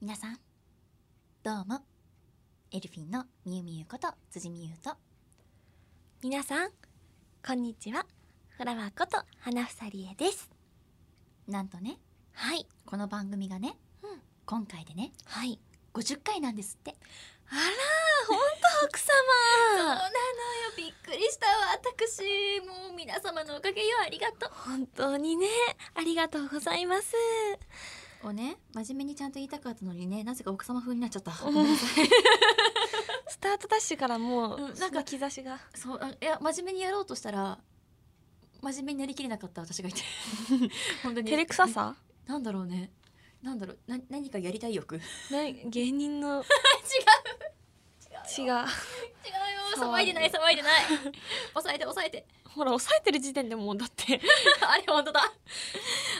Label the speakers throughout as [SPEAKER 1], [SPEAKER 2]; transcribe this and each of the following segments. [SPEAKER 1] 皆さんどうもエルフィンのみゆみゆこと辻みゆと
[SPEAKER 2] 皆さんこんにちはフラワーこと花房理恵です
[SPEAKER 1] なんとね
[SPEAKER 2] はい
[SPEAKER 1] この番組がね、
[SPEAKER 2] うん
[SPEAKER 1] 今回でね
[SPEAKER 2] はい
[SPEAKER 1] 50回なんですって
[SPEAKER 2] あら本 当奥様そうなのよびっくりしたわ私もう皆様のおかげよありがとう本当にねありがとうございます
[SPEAKER 1] をね真面目にちゃんと言いたかったのにねなぜか奥様風になっちゃった、
[SPEAKER 2] スタートダッシュからもう、
[SPEAKER 1] うんな
[SPEAKER 2] なんん
[SPEAKER 1] か
[SPEAKER 2] か兆しが
[SPEAKER 1] そうあいや真面目にやろうとしたら真面目になりきれなかった私 がいて本当に
[SPEAKER 2] 照れくささ
[SPEAKER 1] なんだろうねなんだろうな何かやりたい欲 違う
[SPEAKER 2] な芸人の血が
[SPEAKER 1] 違うよ騒いでない騒いでない 抑えて抑えて
[SPEAKER 2] ほら抑えてる時点でもうだって
[SPEAKER 1] あれ本当だ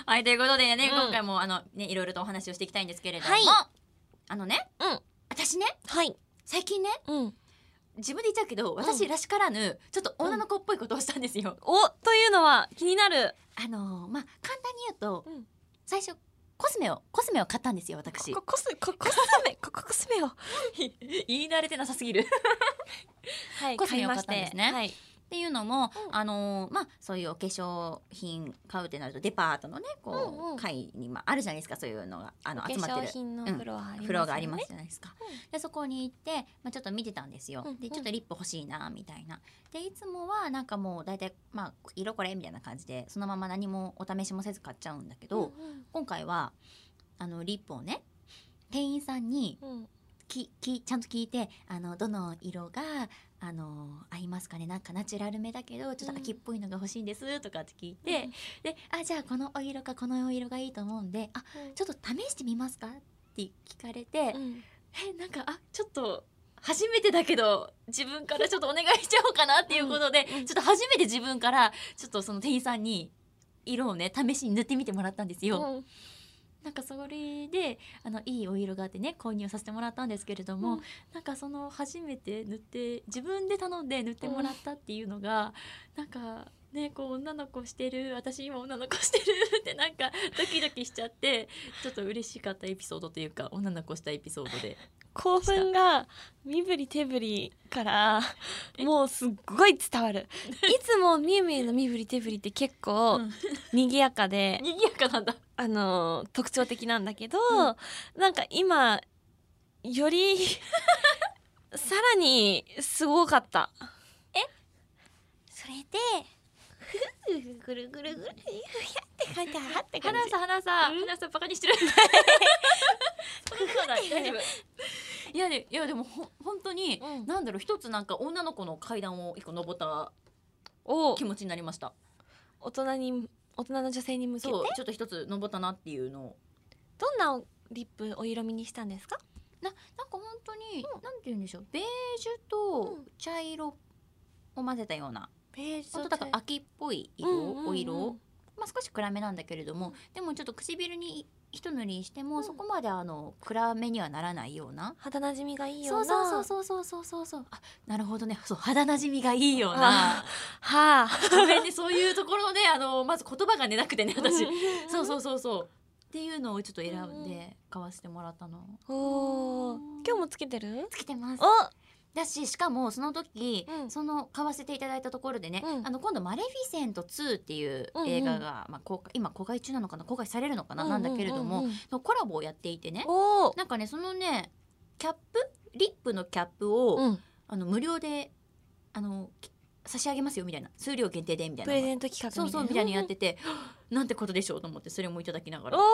[SPEAKER 1] はいということでね、
[SPEAKER 2] うん
[SPEAKER 1] 今回もあのねいろいろとお話をしていきたいんですけれども、
[SPEAKER 2] はい
[SPEAKER 1] あのね、
[SPEAKER 2] うん
[SPEAKER 1] 私ね
[SPEAKER 2] はい
[SPEAKER 1] 最近ね
[SPEAKER 2] うん
[SPEAKER 1] 自分で言っちゃうけど私らしからぬ、ちょっと女の子っぽいことをしたんですよ、
[SPEAKER 2] おというのは気になる
[SPEAKER 1] あのーまあ簡単に言うと、
[SPEAKER 2] うん
[SPEAKER 1] 最初コスメをコスメを買ったんですよ私
[SPEAKER 2] ここすこコスメここコスメを
[SPEAKER 1] 言い慣れてなさすぎるっ
[SPEAKER 2] はい
[SPEAKER 1] コスメを買ったんですね
[SPEAKER 2] はい
[SPEAKER 1] ていうのも、
[SPEAKER 2] うん
[SPEAKER 1] あのーまあそういうお化粧品買うってなるとデパートのねこう、
[SPEAKER 2] うんうん
[SPEAKER 1] 会に、まあ、あるじゃないですかそういうのがあの
[SPEAKER 2] 化
[SPEAKER 1] 集まって
[SPEAKER 2] 粧
[SPEAKER 1] る
[SPEAKER 2] 品のフロアありますよね、
[SPEAKER 1] フロアがありますじゃないですか、
[SPEAKER 2] うん
[SPEAKER 1] でそこに行って、まあ、ちょっと見てたんですよ、
[SPEAKER 2] うん
[SPEAKER 1] で
[SPEAKER 2] うん
[SPEAKER 1] ちょっとリップ欲しいなみたいなでいつもはなんかもう大体、まあ、色これみたいな感じでそのまま何もお試しもせず買っちゃうんだけど、今回はあのリップをね店員さんに
[SPEAKER 2] うんうん
[SPEAKER 1] ききちゃんと聞いてあのどの色があの合いますかねなんかナチュラルめだけどちょっと秋っぽいのが欲しいんですとかって聞いて、
[SPEAKER 2] うん
[SPEAKER 1] であじゃあこのお色かこのお色がいいと思うんであちょっと試してみますかって聞かれて、
[SPEAKER 2] うん
[SPEAKER 1] えなんかあちょっと初めてだけど自分からちょっとお願いしちゃおうかなっていうことで、
[SPEAKER 2] うんうん
[SPEAKER 1] ちょっと初めて自分からちょっとその店員さんに色をね試しに塗ってみてもらったんですよ。
[SPEAKER 2] うん
[SPEAKER 1] なんかそれであのいいお色があってね購入させてもらったんですけれども、
[SPEAKER 2] うん
[SPEAKER 1] なんかその初めて塗って自分で頼んで塗ってもらったっていうのが、なんかねこう女の子してる私今女の子してるってなんかドキドキしちゃってちょっと嬉しかったエピソードというか女の子したエピソードで
[SPEAKER 2] 興奮が身振り手振りからもうすっごい伝わ るいつもみゆみゆの身振り手振りって結
[SPEAKER 1] う
[SPEAKER 2] 構
[SPEAKER 1] ん
[SPEAKER 2] 賑やか で、
[SPEAKER 1] 賑やかなんだ。
[SPEAKER 2] あの特徴的なんだけど、
[SPEAKER 1] う
[SPEAKER 2] なんか今よ りさらにすごかったえそれでふふふぐるぐるぐるふやって書いてあらって感
[SPEAKER 1] 花
[SPEAKER 2] じ
[SPEAKER 1] さ花さ花さバカにしてる。そうだ大丈夫。 いやでいやでもほ本当に、
[SPEAKER 2] うん
[SPEAKER 1] なんだろう一つなんか女の子の階段を一個登った
[SPEAKER 2] を
[SPEAKER 1] 気持ちになりました。
[SPEAKER 2] 大人に大人の女性に向けて
[SPEAKER 1] そうちょっと一つ登ったなっていうのを
[SPEAKER 2] どんなリップお色味にしたんですか
[SPEAKER 1] なんか本当に、なんて言うんでしょうベージュと
[SPEAKER 2] うん
[SPEAKER 1] 茶色を混ぜたような、
[SPEAKER 2] ベージ
[SPEAKER 1] 本当だから秋っぽい色、お色、まあ少し暗めなんだけれども、
[SPEAKER 2] うん
[SPEAKER 1] でもちょっと唇に一塗りしても、
[SPEAKER 2] うん
[SPEAKER 1] そこまであの暗めにはならないような。
[SPEAKER 2] 肌なじみがいいよ
[SPEAKER 1] そうう
[SPEAKER 2] な
[SPEAKER 1] そうそうそうそうそうそうあなるほどねそう肌なじみがいいような
[SPEAKER 2] あ はあ
[SPEAKER 1] ごめんねそういうところねあのまず言葉がねなくてね 私そう
[SPEAKER 2] う
[SPEAKER 1] そうそうそうっていうのをちょっと選ん
[SPEAKER 2] うんう
[SPEAKER 1] で買わせてもらったの
[SPEAKER 2] おお今日もつけてる
[SPEAKER 1] つけてます
[SPEAKER 2] お
[SPEAKER 1] だししかもその時、
[SPEAKER 2] うん
[SPEAKER 1] その買わせていただいたところでね、
[SPEAKER 2] うん
[SPEAKER 1] あの今度「マレフィセント2」っていう
[SPEAKER 2] うんうん
[SPEAKER 1] 映画が、まあ、公開今公開中なのかな公開されるのかな、なんだけれども、
[SPEAKER 2] うんうんうんうん
[SPEAKER 1] のコラボをやっていてね
[SPEAKER 2] お
[SPEAKER 1] なんかねそのねキャップリップのキャップを、
[SPEAKER 2] お、うん、
[SPEAKER 1] あの無料であのき差し上げますよみたいな数量限定でみたい
[SPEAKER 2] プ
[SPEAKER 1] な
[SPEAKER 2] レゼント企画
[SPEAKER 1] そうそうみたいにやっててて、 なんてことでしょうと思ってそれもいただきながら
[SPEAKER 2] お
[SPEAKER 1] ちょ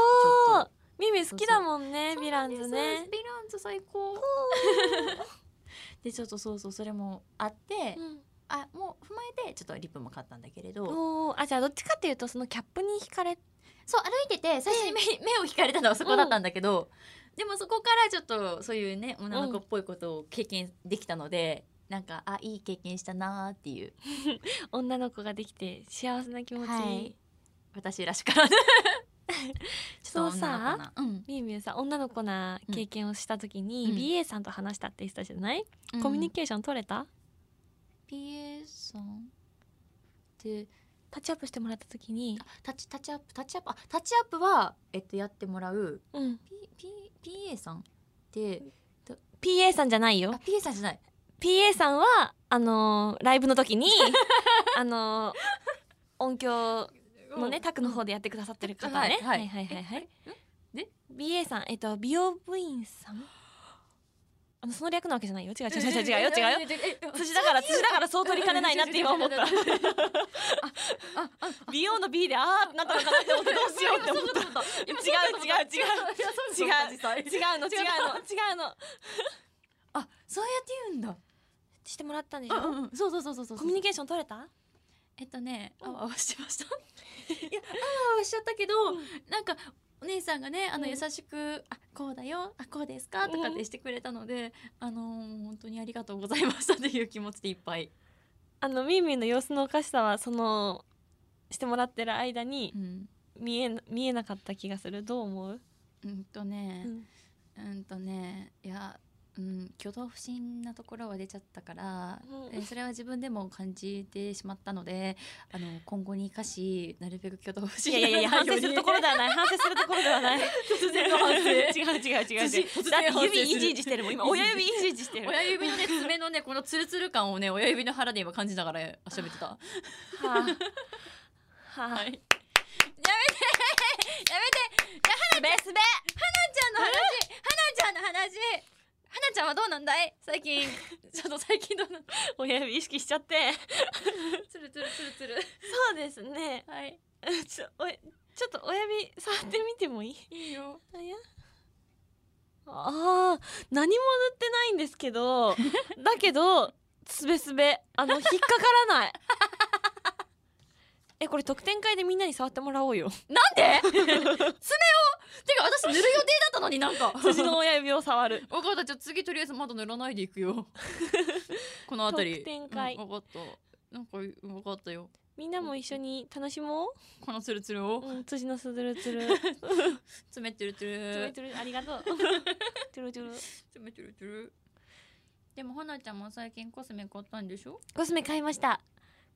[SPEAKER 1] っ
[SPEAKER 2] おミミ好きだもんね
[SPEAKER 1] そう
[SPEAKER 2] ヴィ
[SPEAKER 1] な
[SPEAKER 2] ラ
[SPEAKER 1] ん
[SPEAKER 2] ン
[SPEAKER 1] です
[SPEAKER 2] ズ
[SPEAKER 1] そう
[SPEAKER 2] ね
[SPEAKER 1] ですヴィランズ最高 でちょっとそうそうそれもあって、あもう踏まえてちょっとリップも買ったんだけれど
[SPEAKER 2] おおーあじゃあどっちかっていうとそのキャップに惹かれ
[SPEAKER 1] そう歩いてて最初に目,、 目を引かれたのはそこだったんだけど、でもそこからちょっとそういうね女の子っぽいことを経験できたので、なんかあいい経験したなーっていう、
[SPEAKER 2] 女の子ができて幸せな気持ちに、
[SPEAKER 1] はい私らし からぬちょっと女の子なうん
[SPEAKER 2] みゆみゆさん女の子な経験をした時に、
[SPEAKER 1] うん
[SPEAKER 2] BA さんと話したって言ってたじゃない、
[SPEAKER 1] うん
[SPEAKER 2] コミュニケーション取れた
[SPEAKER 1] PA さんって
[SPEAKER 2] タッチアップしてもらった時に
[SPEAKER 1] タッチタッチアップタッチアップあタッチアップはえっとやってもらう
[SPEAKER 2] うん
[SPEAKER 1] P P PA さんって、
[SPEAKER 2] PA さんじゃないよ
[SPEAKER 1] あ、PA さんじゃない。
[SPEAKER 2] PA さんはあのーライブの時にあのー音響のね、タクの方でやってくださってる方ね、
[SPEAKER 1] は
[SPEAKER 2] はいい、
[SPEAKER 1] は
[SPEAKER 2] はいいはいはい
[SPEAKER 1] えで
[SPEAKER 2] BA さんえっと美容部員さんあのその略なわけじゃないよ違う違う違う違う よ違うよ
[SPEAKER 1] よ
[SPEAKER 2] 辻だから辻だからそう取りかねないなって 今思った美容の B でああってなったのかなって思ってどうしようって思った違う違う違う違うの違うの違うの
[SPEAKER 1] あ、そうやって言うんだ。
[SPEAKER 2] してもらったんでしょ
[SPEAKER 1] うんうん、そうそうそうそうそう。
[SPEAKER 2] コミュニケーション取れた
[SPEAKER 1] えっとね、
[SPEAKER 2] うん
[SPEAKER 1] あわあわしてました。い や、あわあわしちゃったけど、なんか。お姉さんがね、あの
[SPEAKER 2] うん
[SPEAKER 1] 優しく、あ、こうだよ、あ、こうですかとかってしてくれたので。あのー本当にありがとうございましたという気持ちでいっぱい。
[SPEAKER 2] あのみーみーの様子のおかしさはそのしてもらってる間に
[SPEAKER 1] うん、
[SPEAKER 2] 見えな見えなかった気がするどう思う、
[SPEAKER 1] うんとね、うんとね、いや。うん、挙動不審なところは出ちゃったから、
[SPEAKER 2] うん
[SPEAKER 1] えそれは自分でも感じてしまったのであの今後に生かしなるべく挙動不
[SPEAKER 2] い
[SPEAKER 1] 審
[SPEAKER 2] やいやいや
[SPEAKER 1] なら
[SPEAKER 2] 反
[SPEAKER 1] ないよう
[SPEAKER 2] 省
[SPEAKER 1] に
[SPEAKER 2] するところではない反省するところではない
[SPEAKER 1] 突然の反省
[SPEAKER 2] 違う違う違う違う
[SPEAKER 1] 突
[SPEAKER 2] だ
[SPEAKER 1] 然反
[SPEAKER 2] っ
[SPEAKER 1] 省す
[SPEAKER 2] て
[SPEAKER 1] る
[SPEAKER 2] 指イジイジしてるもん今親指イジイジしてる
[SPEAKER 1] 親指のね爪のねこのツルツル感をね親指の腹で今感じながら喋ってた。
[SPEAKER 2] はあはあ、
[SPEAKER 1] はい。やめてやめて。花ちゃん
[SPEAKER 2] すべすべ
[SPEAKER 1] の話。花ちゃんはどうなんだい？最近 ちょっと最近どうなんだ。
[SPEAKER 2] 親指意識しちゃって
[SPEAKER 1] ツルツルツルツ
[SPEAKER 2] そうですね
[SPEAKER 1] ル。はい。
[SPEAKER 2] ちょおいちょっと親指触ってみてもいい
[SPEAKER 1] いいよ。
[SPEAKER 2] あいやあー何も塗ってないんですけ どだけどすべすべあの引っかからない えこれ特典会でみんなに触ってもらおう よ
[SPEAKER 1] なんで？爪をてか私塗る予定だったのになんか。
[SPEAKER 2] 辻の親指を触る
[SPEAKER 1] 分かったじゃあ次とりあえずまだ塗らないでいく よ。このあたり。
[SPEAKER 2] 特典会
[SPEAKER 1] うん分かった。なんか分かったよ。
[SPEAKER 2] みんなも一緒に楽しも
[SPEAKER 1] このツルツルを
[SPEAKER 2] う、うん、辻のすずるつる
[SPEAKER 1] 爪ツルツ
[SPEAKER 2] つ
[SPEAKER 1] ル
[SPEAKER 2] る。つるありがとう つるつる
[SPEAKER 1] ちょめちょめちょめでも花ちゃんも最近コスメ買ったんでしょ
[SPEAKER 2] コスメ買いました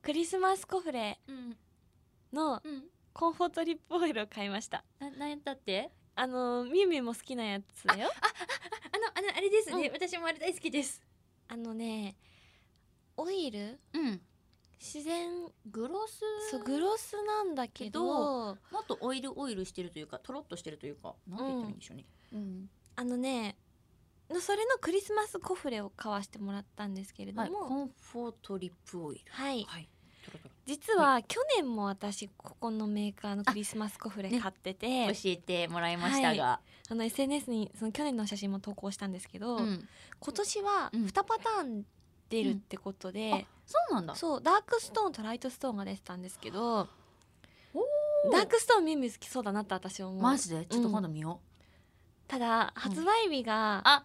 [SPEAKER 2] クリスマスコフレ
[SPEAKER 1] うん
[SPEAKER 2] の
[SPEAKER 1] うん
[SPEAKER 2] コンフォートリップオイルを買いました
[SPEAKER 1] ななんやったって
[SPEAKER 2] あのみゆみゆも好きなやつだよ
[SPEAKER 1] あのあのあれです
[SPEAKER 2] ね
[SPEAKER 1] 私もあれ大好きです
[SPEAKER 2] あのねオイル
[SPEAKER 1] うん
[SPEAKER 2] 自然
[SPEAKER 1] グロス
[SPEAKER 2] そうグロスなんだけど
[SPEAKER 1] もっとオイルオイルしてるというかとろっとしてるというかなんて言ったらいいんでしょうねうん、
[SPEAKER 2] あのねのそれのクリスマスコフレを買わしてもらったんですけれど
[SPEAKER 1] はいコ
[SPEAKER 2] も
[SPEAKER 1] ンフォートリップオイル
[SPEAKER 2] はい、
[SPEAKER 1] はいとろとろ
[SPEAKER 2] 実は去年も私ここのメーカーのクリスマスコフレ買っててあ,、
[SPEAKER 1] 教えてもらいましたが、
[SPEAKER 2] の SNS にその去年の写真も投稿したんですけど、
[SPEAKER 1] うん
[SPEAKER 2] 今年は
[SPEAKER 1] うん
[SPEAKER 2] 2パターン出るってことで、
[SPEAKER 1] あそうなんだ
[SPEAKER 2] そうダークストーンとライトストーンが出てたんですけど
[SPEAKER 1] おー
[SPEAKER 2] ダークストーンみゆみゆ好きそうだなって私は思う
[SPEAKER 1] マジでちょっと今度見よう、
[SPEAKER 2] ただ
[SPEAKER 1] うん
[SPEAKER 2] 発売日が
[SPEAKER 1] ああ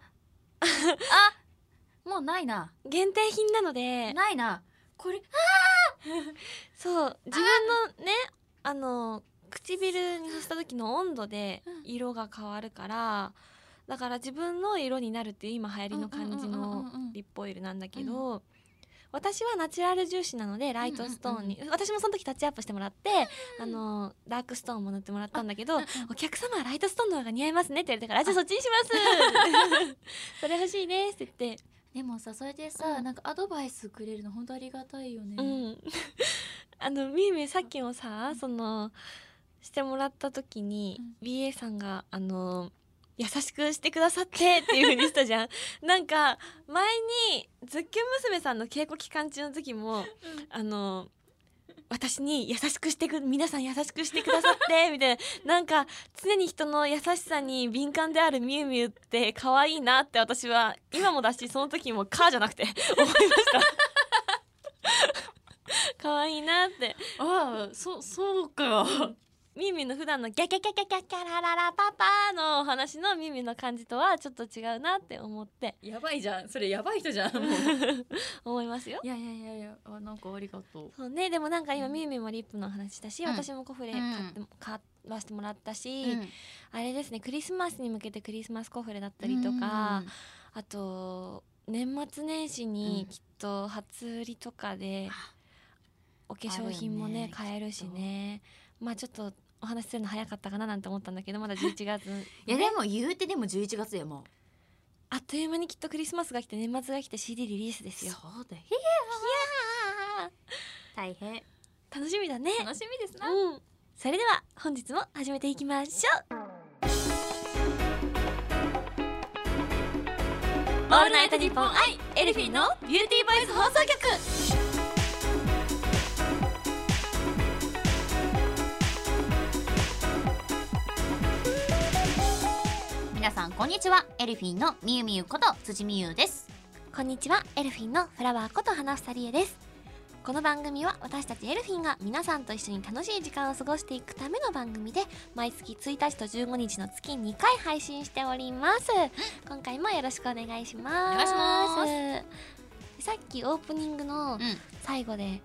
[SPEAKER 1] もうないな
[SPEAKER 2] 限定品なので
[SPEAKER 1] ないなこ れ
[SPEAKER 2] そう自分のねあの唇にした時の温度で
[SPEAKER 1] うん
[SPEAKER 2] 色が変わるからだから自分の色になるっていう今流行りの感じ
[SPEAKER 1] うんうんうん
[SPEAKER 2] の
[SPEAKER 1] うんうん
[SPEAKER 2] リップオイルなんだけど、私はナチュラル重視なのでライトストーンに、私もその時タッチアップしてもらって、あのダークストーンも塗ってもらったんだけど、お客様はライトストーンの方が似合いますねって言われたからあじゃあそっちにしますそれ欲しいですって言って
[SPEAKER 1] でもさそれでさ、
[SPEAKER 2] うん
[SPEAKER 1] なんかアドバイスくれるの本当ありがたいよね、
[SPEAKER 2] うん、あのみゆみゆさっきもさそのしてもらった時に、BA さんがあの優しくしてくださってっていう風にしたじゃんなんか前にズッキュン娘さんの稽古期間中の時もあの私に優しくしてく皆さん優しくしてくださってみたいななんか常に人の優しさに敏感であるみゆみゆって可愛いなって私は今もだしその時も「か」じゃなくて思いました。可愛いなって
[SPEAKER 1] ああそそうか
[SPEAKER 2] みゆみゆの普段のギャギャギャギャギャギャラララパパのお話のみゆみゆの感じとはちょっと違うなって思って
[SPEAKER 1] やばいじゃんそれやばい人じゃんもう
[SPEAKER 2] 思いますよ
[SPEAKER 1] いやいやいやいや あなんかありがとう
[SPEAKER 2] そうねでもなんか今
[SPEAKER 1] うん
[SPEAKER 2] みゆみゆもリップの話したし、
[SPEAKER 1] うん
[SPEAKER 2] 私もコフレ買っても、買わせてもらったし、あれですねクリスマスに向けてクリスマスコフレだったりとか、あと年末年始に
[SPEAKER 1] うん
[SPEAKER 2] きっと初売りとかで
[SPEAKER 1] あ、
[SPEAKER 2] お化粧品もね
[SPEAKER 1] あるよね
[SPEAKER 2] 買えるしねまあちょっとお話しするの早かったかななんて思ったんだけどまだ11月
[SPEAKER 3] いやでも言うてでも11月やもん
[SPEAKER 2] あっという間にきっとクリスマスが来て年末が来て CD リリースですよ
[SPEAKER 3] そうだよ大変
[SPEAKER 2] 楽しみだね
[SPEAKER 3] 楽しみですな
[SPEAKER 2] うんそれでは本日も始めていきましょう「オールナイトニッポンアイエルフィンのビューティーボイス放送局」
[SPEAKER 1] 皆さんこんにちはエルフィンのみゆみゆこと辻みゆです
[SPEAKER 2] こんにちはエルフィンのフラワーこと花房理恵ですこの番組は私たちエルフィンが皆さんと一緒に楽しい時間を過ごしていくための番組で毎月1日と15日の月2回配信しております今回もよろしくお願いします
[SPEAKER 1] お願いします
[SPEAKER 2] さっきオープニングの
[SPEAKER 1] ん
[SPEAKER 2] 最後で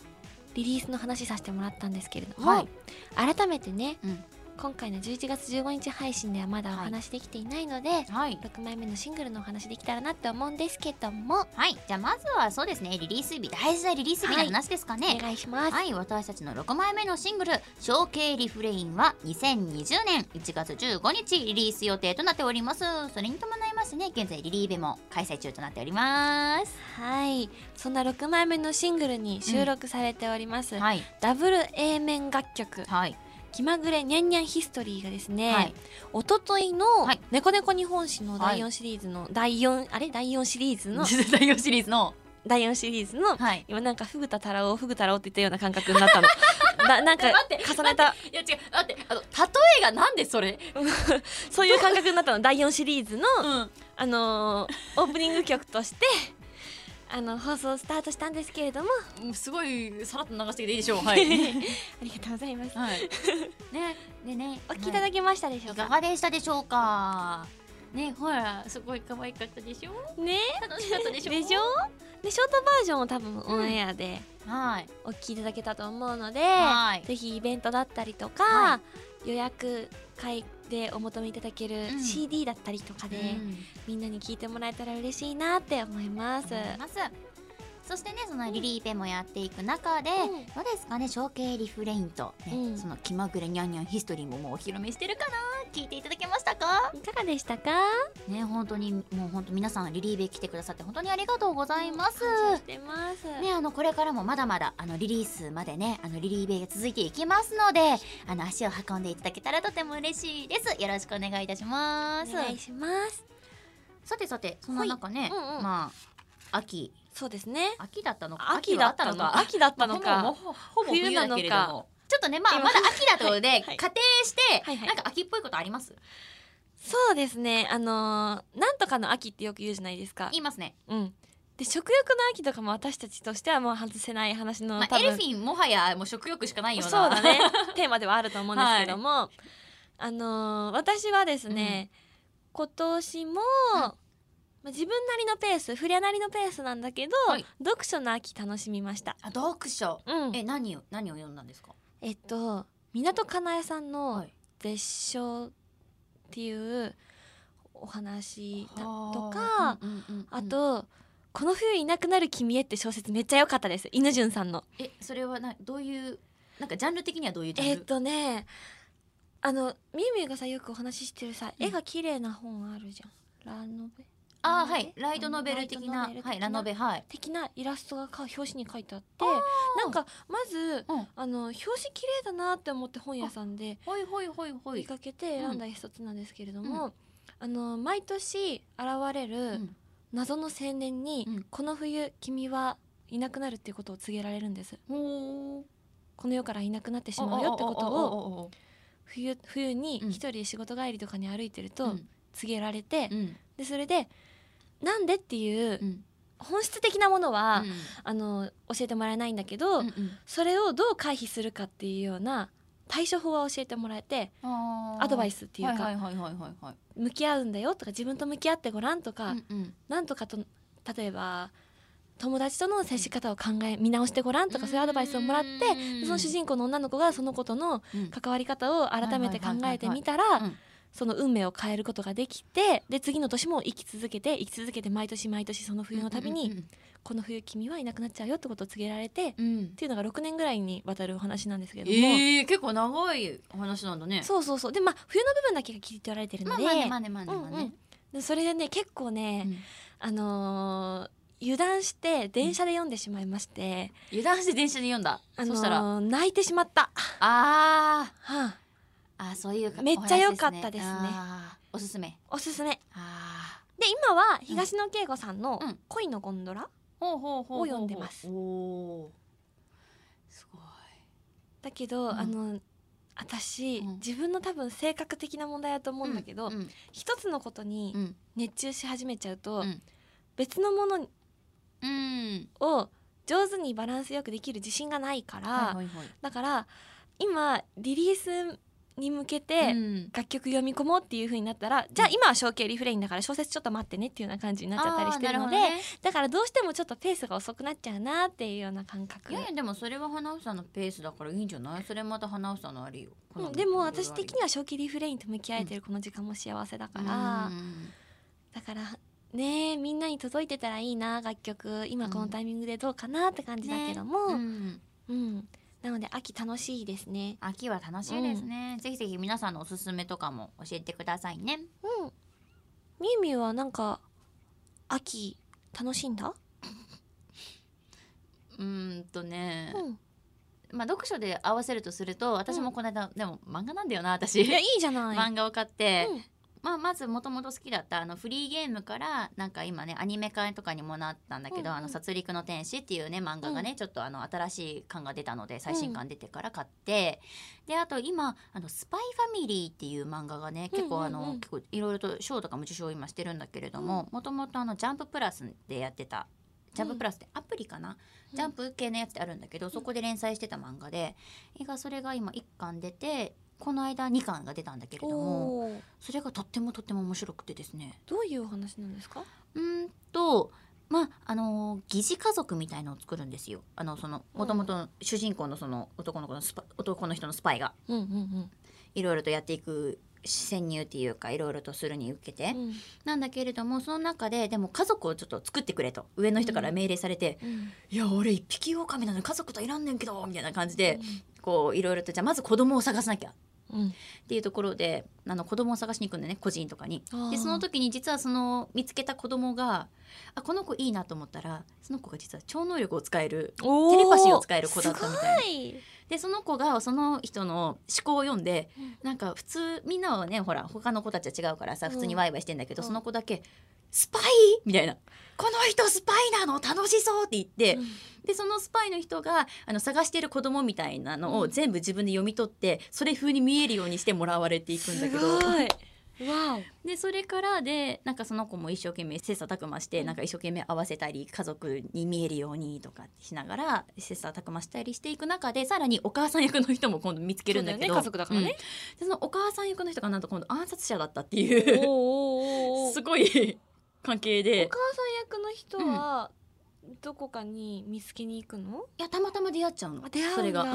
[SPEAKER 2] リリースの話させてもらったんですけれども、
[SPEAKER 1] はい
[SPEAKER 2] 改めてね
[SPEAKER 1] うん
[SPEAKER 2] 今回の11月15日配信ではまだお話できていないので、
[SPEAKER 1] はい
[SPEAKER 2] 6枚目のシングルのお話できたらなって思うんですけども
[SPEAKER 1] はいじゃあまずはそうですねリリース日大事なリリース日の話ですかね、
[SPEAKER 2] お願いします、
[SPEAKER 1] はい、私たちの6枚目のシングル「象形リフレイン」は2020年1月15日リリース予定となっておりますそれに伴いましてね現在リリーベも開催中となっております
[SPEAKER 2] はい、そんな6枚目のシングルに収録されております、
[SPEAKER 1] はい
[SPEAKER 2] ダブル A 面楽曲
[SPEAKER 1] はい
[SPEAKER 2] 「気まぐれにゃんにゃんヒストリー」がですね、
[SPEAKER 1] はい
[SPEAKER 2] おとといの
[SPEAKER 1] はい
[SPEAKER 2] 「猫猫日本史」の第
[SPEAKER 1] は
[SPEAKER 2] 4シリーズの、第4あれ第4シリーズの
[SPEAKER 1] 代表シリーズの
[SPEAKER 2] 第4シリーズの
[SPEAKER 1] はい
[SPEAKER 2] 今なんかフグタ太郎フグ太郎って言ったような感覚になった のななんか
[SPEAKER 3] 待って
[SPEAKER 2] 重ねた
[SPEAKER 3] いや違うだってあの例えがなんでそれ
[SPEAKER 2] そういう感覚になった の第4シリーズの、
[SPEAKER 3] うん
[SPEAKER 2] あのーオープニング曲としてあの放送スタートしたんですけれども
[SPEAKER 3] もうすごいさらっと流してきていいでしょう はい
[SPEAKER 2] ありがとうございます
[SPEAKER 3] はい
[SPEAKER 1] ねでね
[SPEAKER 2] お聞きいただけましたでしょ
[SPEAKER 1] いうか
[SPEAKER 2] か、
[SPEAKER 1] がでしたでしょうか
[SPEAKER 3] ねほらすごい可愛かったでしょ
[SPEAKER 2] ね
[SPEAKER 3] 楽しかったでしょ
[SPEAKER 2] でしょでショートバージョンを多分オンエアで
[SPEAKER 1] はい
[SPEAKER 2] お聞きいただけたと思うので、
[SPEAKER 1] はい
[SPEAKER 2] ぜひイベントだったりとか、
[SPEAKER 1] は
[SPEAKER 2] 予約会でお求めいただけ
[SPEAKER 1] う
[SPEAKER 2] る
[SPEAKER 1] ん
[SPEAKER 2] CD だったりとかで、
[SPEAKER 1] うん
[SPEAKER 2] みんなに聞いてもらえたら嬉しいなって思います。
[SPEAKER 1] 思いますそしてねそのリリーベもやっていく中で、
[SPEAKER 2] うん
[SPEAKER 1] どうですかね象形リフレインと、ね
[SPEAKER 2] うん
[SPEAKER 1] その気まぐれにゃんにゃんヒストリーももうお披露目してるかな聞いていただけましたか
[SPEAKER 2] いかがでしたか？
[SPEAKER 1] ね本当にもう本当皆さんリリーベ来てくださって本当にありがとうございます、
[SPEAKER 2] 感謝してます。
[SPEAKER 1] ね、あのこれからもまだまだあのリリースまでねあのリリーベが続いていきますのであの足を運んでいただけたらとても嬉しいですよろしくお願いいたしま
[SPEAKER 2] お
[SPEAKER 1] す
[SPEAKER 2] 願いします。
[SPEAKER 1] さてさてそんな中ね、
[SPEAKER 2] はいうんうん
[SPEAKER 1] まあ秋
[SPEAKER 2] そうですね。
[SPEAKER 1] 秋だったのか
[SPEAKER 2] 秋だったのか、秋だったの
[SPEAKER 3] ほぼ
[SPEAKER 2] か。
[SPEAKER 3] ほぼほぼ冬だけれど
[SPEAKER 2] 冬なの
[SPEAKER 3] も
[SPEAKER 1] ちょっとねまあ
[SPEAKER 2] 今
[SPEAKER 1] まだ秋だとで、
[SPEAKER 2] いはい
[SPEAKER 1] 仮定して、
[SPEAKER 2] はいはい
[SPEAKER 1] なんか秋っぽいことあります
[SPEAKER 2] そうですね。あのーなんとかの秋ってよく言うじゃないですか
[SPEAKER 1] 言。いますね、
[SPEAKER 2] うん。で食欲の秋とかも私たちとしてはもう外せない話の、
[SPEAKER 1] まあ、
[SPEAKER 2] 多
[SPEAKER 1] エルフ
[SPEAKER 2] 分
[SPEAKER 1] ィンもはやもう食欲しかないような
[SPEAKER 2] そうだね テーマではあると思うんですけども、あのー私はですね、今年も、まあ自分なりのペースフリアなりのペースなんだけど、
[SPEAKER 1] はい
[SPEAKER 2] 読書の秋楽しみました。
[SPEAKER 1] あ読書
[SPEAKER 2] うん、
[SPEAKER 1] え
[SPEAKER 2] え
[SPEAKER 1] 何を何を読んだんですか
[SPEAKER 2] っと港かなえさん
[SPEAKER 1] は
[SPEAKER 2] の
[SPEAKER 1] い
[SPEAKER 2] 「絶唱」っていうお話だと
[SPEAKER 1] あ
[SPEAKER 2] か、
[SPEAKER 1] ーうんうんうん
[SPEAKER 2] あと、この冬いなくなる君へ」って小説めっちゃ良かったです犬潤さんの。
[SPEAKER 1] えそれはなどういうなんかジャンル的にはどういうジャン
[SPEAKER 2] え
[SPEAKER 1] ル
[SPEAKER 2] ーっ、とねあのみゆみゆがさよくお話ししてるさ、
[SPEAKER 1] うん
[SPEAKER 2] 絵が綺麗な本あるじゃんラノベ
[SPEAKER 1] あーはいライトノベル的な
[SPEAKER 2] ライトノベル的な
[SPEAKER 1] はいラノベはい
[SPEAKER 2] 的なイラストがか表紙に書いてあって
[SPEAKER 1] あー
[SPEAKER 2] なんかまず、
[SPEAKER 1] うん
[SPEAKER 2] あの表紙綺麗だなって思って本屋さんで
[SPEAKER 1] ほいほいほいほ
[SPEAKER 2] 追い
[SPEAKER 1] い
[SPEAKER 2] かけて選んだ一冊なんですけれども、あの毎年現れ
[SPEAKER 1] う
[SPEAKER 2] る
[SPEAKER 1] ん
[SPEAKER 2] 謎の青年に、
[SPEAKER 1] うん
[SPEAKER 2] この冬君はいなくなるっていうことを告げられるんです
[SPEAKER 1] ほー
[SPEAKER 2] この世からいなくなってしまうよってことを
[SPEAKER 1] を
[SPEAKER 2] 冬冬に
[SPEAKER 1] うん
[SPEAKER 2] 一人で仕事帰りとかに歩いてる
[SPEAKER 1] う
[SPEAKER 2] と
[SPEAKER 1] ん
[SPEAKER 2] 告げられて、
[SPEAKER 1] うん
[SPEAKER 2] でそれでなんでっていう
[SPEAKER 1] うん
[SPEAKER 2] 本質的なものは、
[SPEAKER 1] うん
[SPEAKER 2] あの教えてもらえないんだけど、
[SPEAKER 1] うんうん
[SPEAKER 2] それをどう回避するかっていうような対処法は教えてもらえて
[SPEAKER 1] あー
[SPEAKER 2] アドバイスっていうか、
[SPEAKER 1] はいはいはいはいはいはい
[SPEAKER 2] 向き合うんだよとか自分と向き合ってごらんとか、
[SPEAKER 1] うんうん
[SPEAKER 2] なんとかと例えば友達との接し方を考え見直してごらんとかそういうアドバイスをもらってその主人公の女の子がその子との
[SPEAKER 1] うん
[SPEAKER 2] 関わり方を改めて考えてみたら
[SPEAKER 1] うん
[SPEAKER 2] その運命を変えることができてで次の年も生き続けて生き続けて毎年毎年その冬の度に、この冬君はいなくなっちゃうよってことを告げられてっ
[SPEAKER 1] うんうんうん
[SPEAKER 2] ていうのが6年ぐらいにわたるお話なんですけれども、
[SPEAKER 1] えー、結構長いお話なんだね
[SPEAKER 2] そうそうそうでまあ冬の部分だけが切り取られてるの
[SPEAKER 1] まあ
[SPEAKER 2] で、
[SPEAKER 1] まあねまあねまあね
[SPEAKER 2] う
[SPEAKER 1] まあ
[SPEAKER 2] んう
[SPEAKER 1] ね
[SPEAKER 2] ん、でそれでね結構ね、
[SPEAKER 1] うん
[SPEAKER 2] あのー油断して電車で読んでしまいまして、
[SPEAKER 1] 油断して電車で読んだ、
[SPEAKER 2] あのー
[SPEAKER 1] そしたらあ
[SPEAKER 2] 泣いてしまった、
[SPEAKER 1] あ
[SPEAKER 2] は
[SPEAKER 1] ー
[SPEAKER 2] あ
[SPEAKER 1] あそういうか
[SPEAKER 2] めっちゃ良かったです
[SPEAKER 1] お
[SPEAKER 2] ね
[SPEAKER 1] 話あーおすすめ
[SPEAKER 2] おすすめ
[SPEAKER 1] あ
[SPEAKER 2] で今は東野圭吾さんの
[SPEAKER 1] うん
[SPEAKER 2] 「恋のゴンドラ」
[SPEAKER 1] ーほうほうほうほう
[SPEAKER 2] を読んでます
[SPEAKER 1] おおーすごい
[SPEAKER 2] だけど、
[SPEAKER 1] うん
[SPEAKER 2] あの私、
[SPEAKER 1] うん
[SPEAKER 2] 自分の多分性格的な問題だと思うんだけ
[SPEAKER 1] う
[SPEAKER 2] ど、
[SPEAKER 1] ん
[SPEAKER 2] 一つのことに
[SPEAKER 1] うん
[SPEAKER 2] 熱中し始めちゃう
[SPEAKER 1] う
[SPEAKER 2] と、
[SPEAKER 1] ん
[SPEAKER 2] 別のもの
[SPEAKER 1] うん
[SPEAKER 2] を上手にバランスよくできる自信がないから、
[SPEAKER 1] はいはいはい
[SPEAKER 2] だから今リリースに向けて、
[SPEAKER 1] うん
[SPEAKER 2] 楽曲読み込もうっていう風になったらじゃあ今は小径リフレインだから小説ちょっと待ってねっていうような感じになっちゃったりしてるので
[SPEAKER 1] あーなほどね
[SPEAKER 2] だからどうしてもちょっとペースが遅くなっちゃうなっていうような感覚
[SPEAKER 1] いやいやでもそれは花房のペースだからいいんじゃないそれまた花房のありよ
[SPEAKER 2] うんでも私的には小径リフレインと向き合えてるこの時間も幸せだから、
[SPEAKER 1] うん
[SPEAKER 2] だからねえみんなに届いてたらいいな楽曲今このタイミングでどうかなって感じだけども、
[SPEAKER 1] うん
[SPEAKER 2] うんなので秋楽しいですね。
[SPEAKER 1] 秋は楽しいですね、ぜひぜひ皆さんのおすすめとかも教えてくださいね
[SPEAKER 2] うん、みゆみゆはなんか秋楽しんだ、
[SPEAKER 1] うーんとね、
[SPEAKER 2] うん、
[SPEAKER 1] まあ読書で合わせるとすると私もこの間、でも漫画なんだよな私
[SPEAKER 2] いやいいじゃない。
[SPEAKER 1] 漫画を買って、
[SPEAKER 2] うん
[SPEAKER 1] まあ、まずもともと好きだったあのフリーゲームからなんか今ねアニメ化とかにもなったんだけど「
[SPEAKER 2] うんうん
[SPEAKER 1] あの殺戮の天使」っていうね漫画がね、ちょっとあの新しい感が出たので最新刊出てから買って、であと今「あのスパイファミリー」っていう漫画がね結
[SPEAKER 2] うん
[SPEAKER 1] 構
[SPEAKER 2] うん
[SPEAKER 1] あ
[SPEAKER 2] うん
[SPEAKER 1] の、結構いろいろと賞とかも受賞今してるんだけれどももともと「元々あのジャンププラス」でやってた「ジャンププラス」ってアプリかな、ジャンプ系のやつってあるんだけど、そこで連載してた漫画で映画それが今1巻出てこの間2巻が出たんだけれども。
[SPEAKER 2] おー
[SPEAKER 1] それがとってもとっても面白くてですね
[SPEAKER 2] どういうお話なんですか？
[SPEAKER 1] うーんとまああの疑似家族みたいのを作るんですよあのその
[SPEAKER 2] うん
[SPEAKER 1] もともと主人公のその男の子のスパ男の人のスパイが
[SPEAKER 2] うんうん
[SPEAKER 1] いろいろとやっていく潜入っていうかいろいろとするに受けて、
[SPEAKER 2] うん。
[SPEAKER 1] なんだけれどもその中ででも家族をちょっと作ってくれと上の人から命令されて
[SPEAKER 2] うん
[SPEAKER 1] 「いや俺一匹狼なのに家族といらんねんけど」みたいな感じで、
[SPEAKER 2] うん
[SPEAKER 1] こういろいろとじゃあまず子供を探さなきゃ
[SPEAKER 2] うん
[SPEAKER 1] っていうところであの子供を探しに行くんだよね個人とかに
[SPEAKER 2] あー。
[SPEAKER 1] でその時に実はその見つけた子供があこの子いいなと思ったらその子が実は超能力を使える
[SPEAKER 2] おー
[SPEAKER 1] テレパシーを使える子だったみたいな
[SPEAKER 2] すごい
[SPEAKER 1] でその子がその人の思考を読んで、
[SPEAKER 2] うん
[SPEAKER 1] なんか普通みんなはねほら他の子たちは違うからさ
[SPEAKER 2] うん
[SPEAKER 1] 普通にワイワイしてんだけど、
[SPEAKER 2] うん
[SPEAKER 1] その子だけ「スパイ!」みたいな「この人スパイなの楽しそう!」って言って、
[SPEAKER 2] うん
[SPEAKER 1] でそのスパイの人があの探してる子供みたいなのを全部自分で読み取って、それ風に見えるようにしてもらわれていくんだけど。
[SPEAKER 2] すごい。わ
[SPEAKER 1] でそれからでなんかその子も一生懸命切磋琢磨して、
[SPEAKER 2] うん
[SPEAKER 1] なんか一生懸命合わせたり家族に見えるようにとかしながら切磋琢磨したりしていく中でさらにお母さん役の人も今度見つけるんだけど
[SPEAKER 2] そうだよね家族だからね
[SPEAKER 1] うんでそのお母さん役の人がなんと今度暗殺者だったってい
[SPEAKER 2] お。
[SPEAKER 1] う
[SPEAKER 2] おーおーおー。
[SPEAKER 1] すごい関係
[SPEAKER 2] お
[SPEAKER 1] で
[SPEAKER 2] 母さん役の人はどこかに見つけに行くの？
[SPEAKER 1] いやたまたま出会っちゃうの
[SPEAKER 2] あ出会うんだ
[SPEAKER 1] それが、うん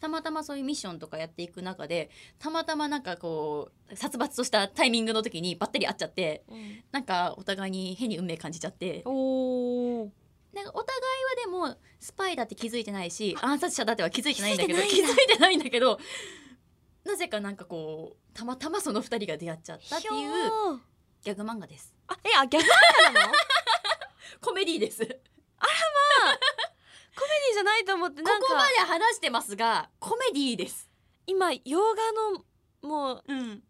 [SPEAKER 1] たまたまそういうミッションとかやっていく中でたまたまなんかこう殺伐としたタイミングの時にばったり会っちゃって
[SPEAKER 2] うん
[SPEAKER 1] なんかお互いに変に運命感じちゃって
[SPEAKER 2] おお。
[SPEAKER 1] なんかお互いはでもスパイだって気づいてないし暗殺者だっては気づいてないんだけど
[SPEAKER 2] 気
[SPEAKER 1] 気
[SPEAKER 2] づいて
[SPEAKER 1] づ
[SPEAKER 2] ないん
[SPEAKER 1] いてないん
[SPEAKER 2] だ
[SPEAKER 1] だけどなぜかなんかこうたまたまその二人が出会っちゃったっていう
[SPEAKER 2] ひょー。
[SPEAKER 1] ギャグ漫画です
[SPEAKER 2] あえあ逆なの？ コ
[SPEAKER 1] コメ
[SPEAKER 2] メ
[SPEAKER 1] ディです
[SPEAKER 2] ディじゃないと思って
[SPEAKER 1] こ
[SPEAKER 2] なんか
[SPEAKER 1] こまで話してますがコメディです
[SPEAKER 2] 今洋画のもう
[SPEAKER 1] うん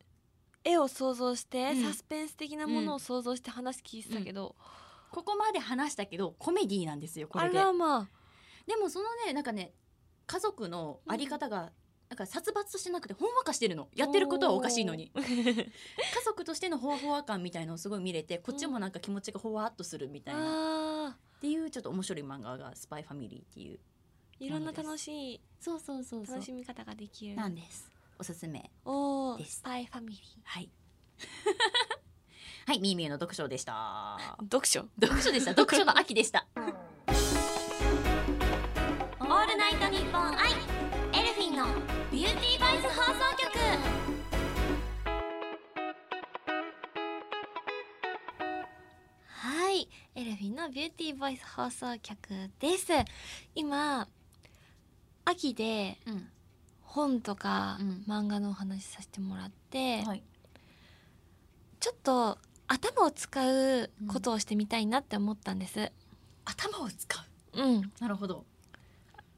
[SPEAKER 2] 絵を想像して、
[SPEAKER 1] うん
[SPEAKER 2] サスペンス的なものを想像して話聞いてたけど、
[SPEAKER 1] ここまで話したけどコメディなんですよこ
[SPEAKER 2] あ
[SPEAKER 1] れで
[SPEAKER 2] らま
[SPEAKER 1] でもそのねなんかね家族のあり方がなんか殺伐としてなくてほんわかしてるのやってることはおかしいの に家族としてのほわほわ感みたいのをすごい見れてこっちもなんか気持ちがほわっとするみたいな
[SPEAKER 2] ああ
[SPEAKER 1] っていうちょっと面白い漫画が「スパイファミリー」っていう
[SPEAKER 2] いろんな楽しい
[SPEAKER 1] そうそうそう
[SPEAKER 2] 楽しみ方ができる
[SPEAKER 1] なんですおすすめ
[SPEAKER 2] おお
[SPEAKER 1] です
[SPEAKER 2] スパイファミリ
[SPEAKER 1] はい はいみーみーの読書でした
[SPEAKER 2] ー読書
[SPEAKER 1] 読書でした読書の秋で したオールナイトニッポンアイエルフィンのビューティーバイス放送局
[SPEAKER 2] エルフィンのビューティーボイス放送局です今秋で
[SPEAKER 1] うん
[SPEAKER 2] 本とか
[SPEAKER 1] うん
[SPEAKER 2] 漫画のお話しさせてもらって、
[SPEAKER 1] はい
[SPEAKER 2] ちょっと頭を使うことをしてみたいなって思ったんです。
[SPEAKER 1] 頭を使う
[SPEAKER 2] うん、
[SPEAKER 1] なるほど、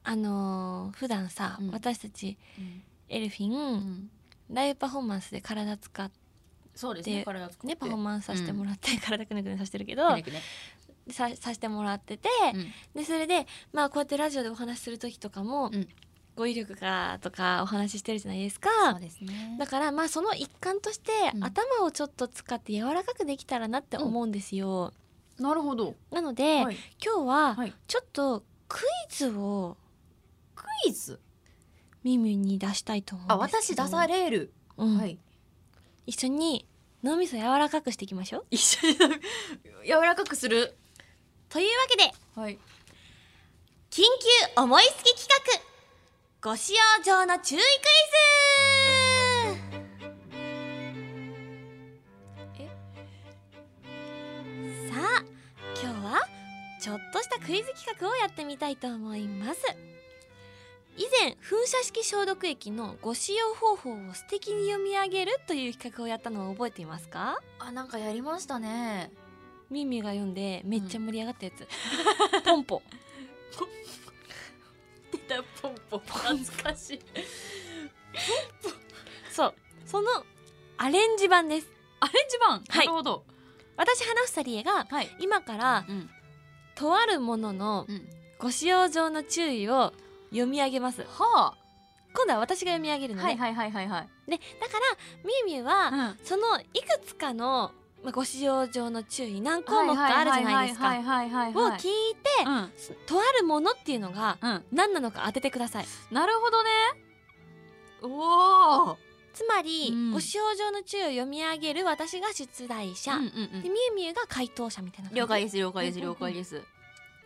[SPEAKER 2] あのー普段さ、
[SPEAKER 1] うん
[SPEAKER 2] 私たち
[SPEAKER 1] うん
[SPEAKER 2] エルフィン、
[SPEAKER 1] うん
[SPEAKER 2] ライブパフォーマンスで体使って
[SPEAKER 1] そうです
[SPEAKER 2] で
[SPEAKER 1] ね体を使って
[SPEAKER 2] ねパフォーマンスさせてもらって、体くねくねさせてるけど、
[SPEAKER 1] くね
[SPEAKER 2] ささせてもらってて、
[SPEAKER 1] くね
[SPEAKER 2] でそれでまあこうやってラジオでお話しする時とかも、
[SPEAKER 1] うん
[SPEAKER 2] 語彙力がとかお話ししてるじゃないですか。
[SPEAKER 1] うんそうですね
[SPEAKER 2] だからまあその一環として、
[SPEAKER 1] うん
[SPEAKER 2] 頭をちょっと使って柔らかくできたらなって思うんですよ。
[SPEAKER 1] なるほど
[SPEAKER 2] なので、
[SPEAKER 1] はい
[SPEAKER 2] 今日は
[SPEAKER 1] はい
[SPEAKER 2] ちょっとクイズを
[SPEAKER 1] クイズ
[SPEAKER 2] 耳に出したいと思うん
[SPEAKER 1] あ
[SPEAKER 2] です
[SPEAKER 1] 私
[SPEAKER 2] け
[SPEAKER 1] 出
[SPEAKER 2] ど
[SPEAKER 1] される、
[SPEAKER 2] うん
[SPEAKER 1] はい
[SPEAKER 2] 一緒に脳みそ柔らかくしていきましょう。
[SPEAKER 1] 一緒に 柔らかくする
[SPEAKER 2] というわけで
[SPEAKER 1] はい
[SPEAKER 2] 緊急思いつき企画ご使用上の注意クイズえさあ今日はちょっとしたクイズ企画をやってみたいと思います以前噴射式消毒液のご使用方法を素敵に読み上げるという企画をやったのを覚えていますか
[SPEAKER 1] あなんかやりましたね
[SPEAKER 2] ミミが読んでめっちゃ盛り上がったやつ、ポンポ
[SPEAKER 3] 出たポンポン懐かしい
[SPEAKER 2] そうそのアレンジ版です
[SPEAKER 1] アレンジ版、
[SPEAKER 2] はい
[SPEAKER 1] なるほど
[SPEAKER 2] 私花房理恵が
[SPEAKER 1] はい
[SPEAKER 2] 今から
[SPEAKER 1] うん
[SPEAKER 2] とあるものの
[SPEAKER 1] うん
[SPEAKER 2] ご使用上の注意を読み上げます
[SPEAKER 1] は
[SPEAKER 2] 今度は私が読み上げる
[SPEAKER 1] あ
[SPEAKER 2] ので,、
[SPEAKER 1] はいはいはいはいはい
[SPEAKER 2] でだからみゆみゆは
[SPEAKER 1] うん
[SPEAKER 2] そのいくつかのまあご使用上の注意何項目かあるじゃないです
[SPEAKER 1] は
[SPEAKER 2] か
[SPEAKER 1] いはいはいはい
[SPEAKER 2] を
[SPEAKER 1] はい
[SPEAKER 2] 聞いて、
[SPEAKER 1] うん
[SPEAKER 2] とあるものっていうのが
[SPEAKER 1] うん
[SPEAKER 2] 何なのか当ててください
[SPEAKER 1] なるほどねおお
[SPEAKER 2] つまり、
[SPEAKER 1] うん
[SPEAKER 2] ご使用上の注意を読み上げる私が出題者、
[SPEAKER 1] うんうん
[SPEAKER 2] でみゆみゆが回答者みたいな感じ
[SPEAKER 1] 了解です了解です
[SPEAKER 2] うんうんう
[SPEAKER 1] 了
[SPEAKER 2] ん
[SPEAKER 1] 解です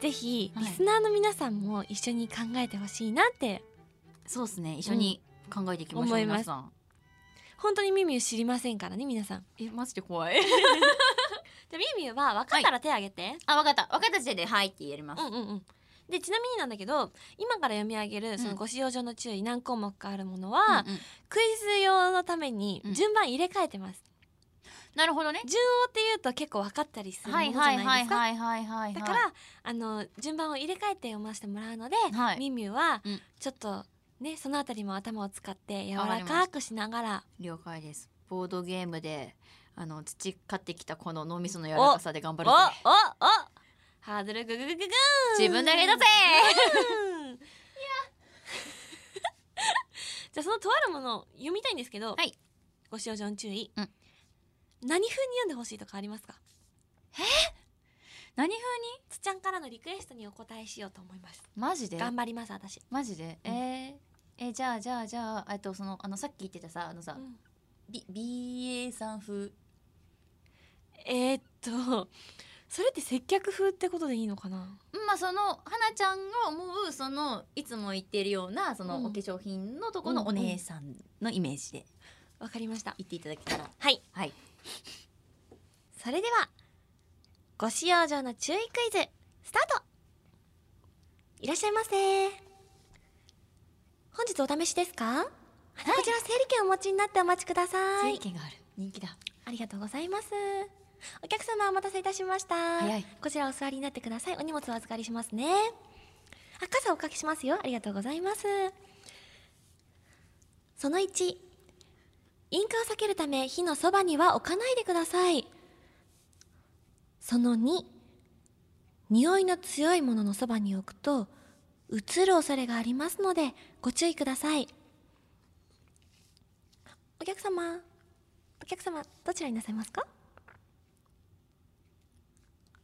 [SPEAKER 2] ぜひ、
[SPEAKER 1] はい
[SPEAKER 2] リスナーの皆さんも一緒に考えてほしいなって
[SPEAKER 1] そうですね一緒に考えていきましょ
[SPEAKER 2] 思
[SPEAKER 1] う
[SPEAKER 2] います
[SPEAKER 1] 皆さん
[SPEAKER 2] 本当にミミュ知りませんからね皆さん
[SPEAKER 1] えマジで怖い
[SPEAKER 2] じゃあミミュは分かったら手挙げて、
[SPEAKER 1] あわかったわかった時点ではいってやりま
[SPEAKER 2] うんうんうんでちなみになんだけど今から読み上げるその
[SPEAKER 1] うん
[SPEAKER 2] ご使用上の注意何項目かあるもの
[SPEAKER 1] うん
[SPEAKER 2] は、
[SPEAKER 1] うん
[SPEAKER 2] クイズ用のために
[SPEAKER 1] うん
[SPEAKER 2] 順番入れ替えてます、
[SPEAKER 1] なるほどね
[SPEAKER 2] 順応っていうと結構分かったりするも
[SPEAKER 1] は
[SPEAKER 2] のじ
[SPEAKER 1] い
[SPEAKER 2] ゃな
[SPEAKER 1] はいい
[SPEAKER 2] ですか、
[SPEAKER 1] はいはいはいはい
[SPEAKER 2] だからあの順番を入れ替えて読ませてもらうので、
[SPEAKER 1] は
[SPEAKER 2] ミ
[SPEAKER 1] い
[SPEAKER 2] ミュは
[SPEAKER 1] うん
[SPEAKER 2] ちょっとねそのあたりも頭を使って柔
[SPEAKER 1] わからりま
[SPEAKER 2] か
[SPEAKER 1] し
[SPEAKER 2] くしながら
[SPEAKER 1] 了解ですボードゲームであの土買ってきたこの脳みその柔らかさで頑張るぜ
[SPEAKER 2] おおおハードルグググググーン
[SPEAKER 1] 自分で上げたぜ
[SPEAKER 2] うん じゃあそのとあるものを読みたいんですけど、
[SPEAKER 1] はい
[SPEAKER 2] ご使用上の注意、
[SPEAKER 1] うん
[SPEAKER 2] 何風に読んでほしいとかありますか
[SPEAKER 1] 何風に
[SPEAKER 2] つちゃんからのリクエストにお答えしようと思います
[SPEAKER 1] マジで
[SPEAKER 2] 頑張ります私、
[SPEAKER 1] マジで
[SPEAKER 2] うん
[SPEAKER 1] えーえじゃあじゃあじゃあえっとそのあのさっき言ってたさあのさ、
[SPEAKER 2] うん
[SPEAKER 1] ビ BA さん風
[SPEAKER 2] えー、っとそれって接客風ってことでいいのかな
[SPEAKER 1] まあその花ちゃんが思うそのいつも言ってるようなその
[SPEAKER 2] うん
[SPEAKER 1] お化粧品のとこのお姉さんのイメージで
[SPEAKER 2] わかりました
[SPEAKER 1] 言っていただけたら
[SPEAKER 2] はい
[SPEAKER 1] はい
[SPEAKER 2] それではご使用上の注意クイズスタートいらっしゃいませ本日お試しですか、こちら整理券をお持ちになってお待ちくださ
[SPEAKER 1] 整
[SPEAKER 2] い
[SPEAKER 1] 理券がある人気だ
[SPEAKER 2] ありがとうございますお客様お待たせいたしました
[SPEAKER 1] 早い
[SPEAKER 2] こちらお座りになってくださいお荷物お預かりしますねあ傘おかけしますよありがとうございますその1インカを避けるため火のそばには置かないでくださいその2匂いの強いもののそばに置くとうつる恐れがありますのでご注意くださいお客様お客様どちらになさいますか